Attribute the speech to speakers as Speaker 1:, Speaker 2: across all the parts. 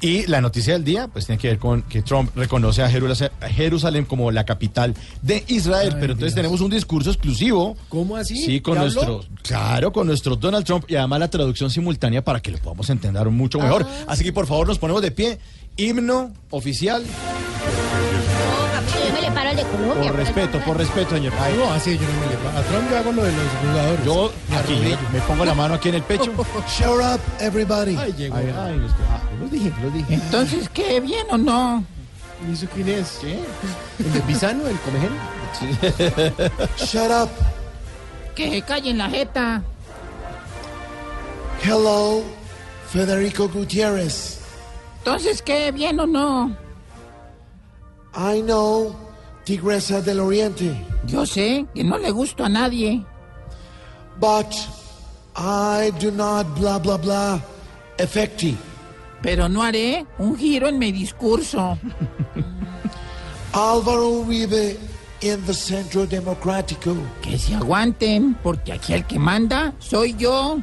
Speaker 1: Y la noticia del día, pues tiene que ver con que Trump reconoce a Jerusal- a Jerusalén como la capital de Israel. pero entonces tenemos un discurso exclusivo.
Speaker 2: ¿Cómo así?
Speaker 1: Sí, con
Speaker 2: ¿Ya habló?
Speaker 1: nuestro, claro, con nuestro Donald Trump y además la traducción simultánea para que lo podamos entender mucho mejor.
Speaker 2: Ah.
Speaker 1: Así que por favor nos ponemos de pie. Himno oficial,
Speaker 3: Yo me le paro al de Colombia. pues,
Speaker 1: por respeto, por respeto, señor. Ay,
Speaker 2: No, así Ah, yo no me le pa- A Trump yo hago lo de los jugadores.
Speaker 1: yo
Speaker 2: Me
Speaker 1: aquí
Speaker 2: arrodillo.
Speaker 1: me pongo la mano aquí en el pecho.
Speaker 2: Shut up, everybody.
Speaker 1: Ay, llegó. Ay, ay, es que- ah, lo dije, lo dije.
Speaker 4: Entonces, ¿qué? ¿Bien o no?
Speaker 2: ¿Y eso quién es? ¿Qué? ¿El de Pisano, el comején? Shut up.
Speaker 4: Que se calle en la jeta.
Speaker 2: Hello, Federico Gutierrez.
Speaker 4: Entonces, ¿qué? ¿Bien o no?
Speaker 2: I know Tigresa del Oriente,
Speaker 4: Yo sé que no le gusto a nadie.
Speaker 2: but I do not blah blah blah effecti.
Speaker 4: Pero no haré un giro en mi discurso.
Speaker 2: Álvaro Uribe in the Centro Democrático.
Speaker 4: Que se aguanten, porque aquí el que manda soy yo.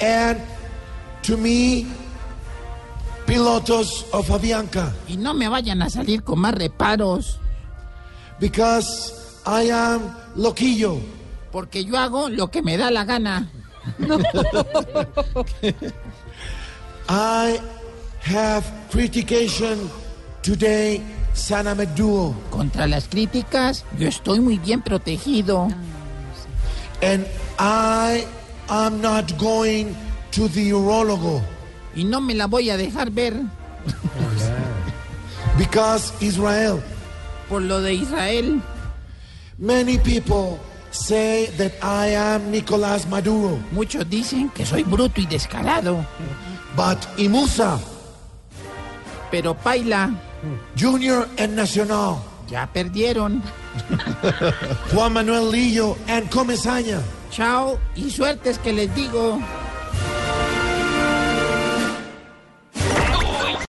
Speaker 2: And to me, Pilotos of Avianca,
Speaker 4: Y no me vayan a salir con más reparos,
Speaker 2: because I am Loquillo.
Speaker 4: porque yo hago lo que me da la gana.
Speaker 2: I have critication today, San Ameduo.
Speaker 4: Contra las críticas, yo estoy muy bien protegido.
Speaker 2: And I am not going to the urologo,
Speaker 4: Y no me la voy a dejar ver
Speaker 2: because Israel.
Speaker 4: por lo de Israel.
Speaker 2: Many people say that I am Nicolas Maduro,
Speaker 4: Muchos dicen que soy bruto y descarado.
Speaker 2: but Imusa,
Speaker 4: Pero paila,
Speaker 2: Junior and Nacional.
Speaker 4: ya perdieron.
Speaker 2: Juan Manuel Lillo and Comesaña.
Speaker 4: Chao y suertes que les digo.